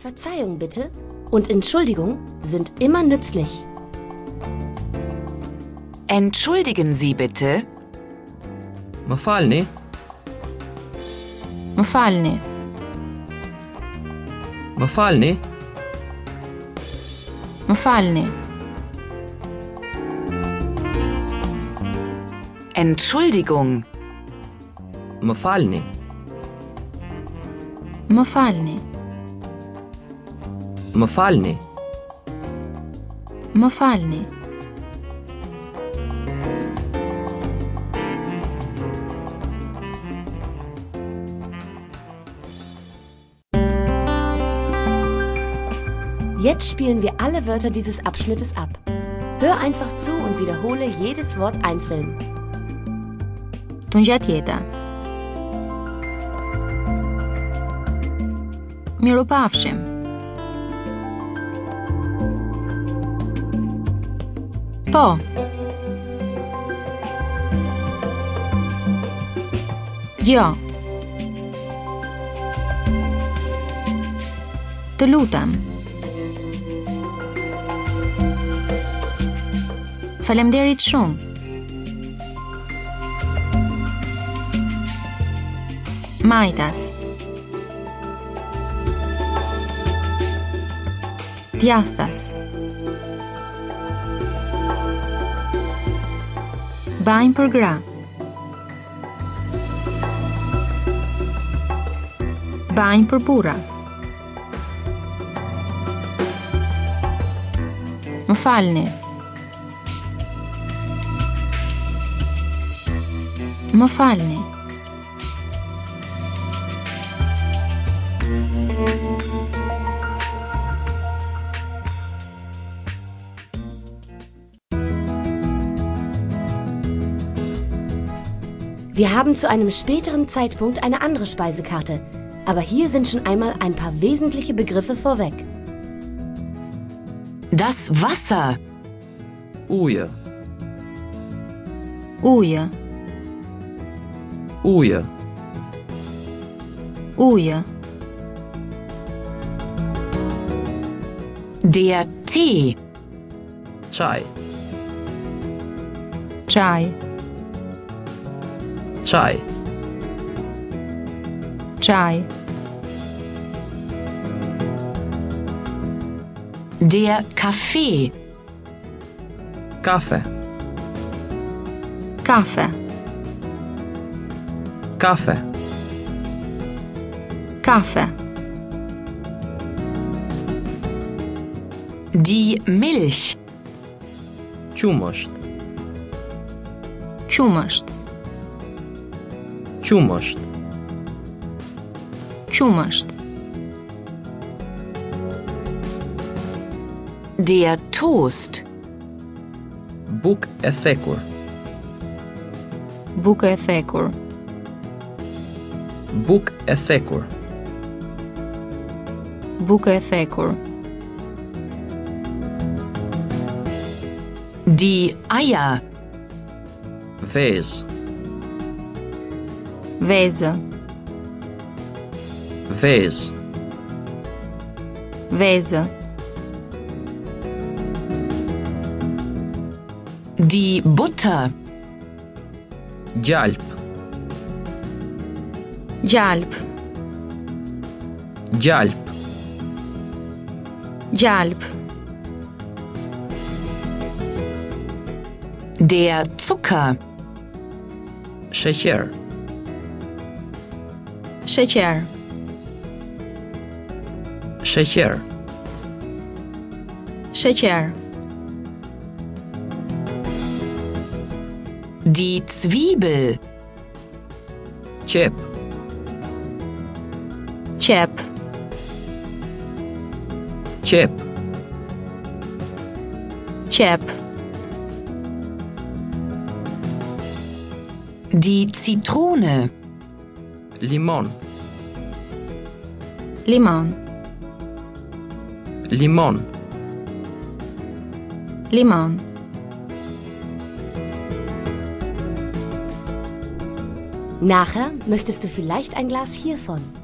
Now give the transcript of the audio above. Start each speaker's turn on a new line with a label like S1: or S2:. S1: Verzeihung bitte und Entschuldigung sind immer nützlich.
S2: Entschuldigen Sie bitte.
S3: Më falni,
S4: Më falni.
S3: më falni,
S4: Më falni.
S2: Entschuldigung.
S3: më falni,
S4: Më falni.
S3: më falni,
S4: Më falni.
S1: Jetzt spielen wir alle Wörter dieses Abschnittes ab. Hör einfach zu und wiederhole jedes Wort einzeln.
S4: Të ngjat jeta. Mirupafshim. Po. Jo. Të lutem. Faleminderit shumë. Majtas. Djathtas. Bajnë për gra. Bajnë për burra. Më falni. Më falni.
S1: Wir haben zu einem späteren Zeitpunkt eine andere Speisekarte, aber hier sind schon einmal ein paar wesentliche Begriffe vorweg.
S2: Das Wasser.
S3: ujë,
S4: Ujë,
S3: ujë,
S4: ujë,
S2: Der Tee.
S3: qaj,
S4: qaj,
S3: qaj,
S4: qaj,
S2: Der Kaffee.
S3: kafe,
S4: kafe,
S3: kafe,
S4: kafe,
S2: Die Milch.
S3: qumësht,
S4: qumësht,
S3: qumësht,
S4: qumësht,
S2: Der Toast.
S3: buk e thekur,
S4: bukë e thekur,
S3: buk e thekur,
S4: bukë e thekur,
S2: Die Eier.
S3: vezë,
S4: vezë,
S3: vezë,
S4: vezë,
S2: Die Butter.
S3: gjalp,
S4: gjalp,
S3: gjalp,
S4: gjalp,
S2: Der Zucker.
S3: sheqer,
S4: sheqer,
S3: sheqer,
S4: sheqer,
S2: Die Zwiebel.
S3: qep,
S4: qep,
S3: qep,
S4: qep,
S2: Die Zitrone.
S3: limon,
S4: limon,
S3: limon,
S4: limon,
S1: Nachher möchtest du vielleicht ein Glas hiervon.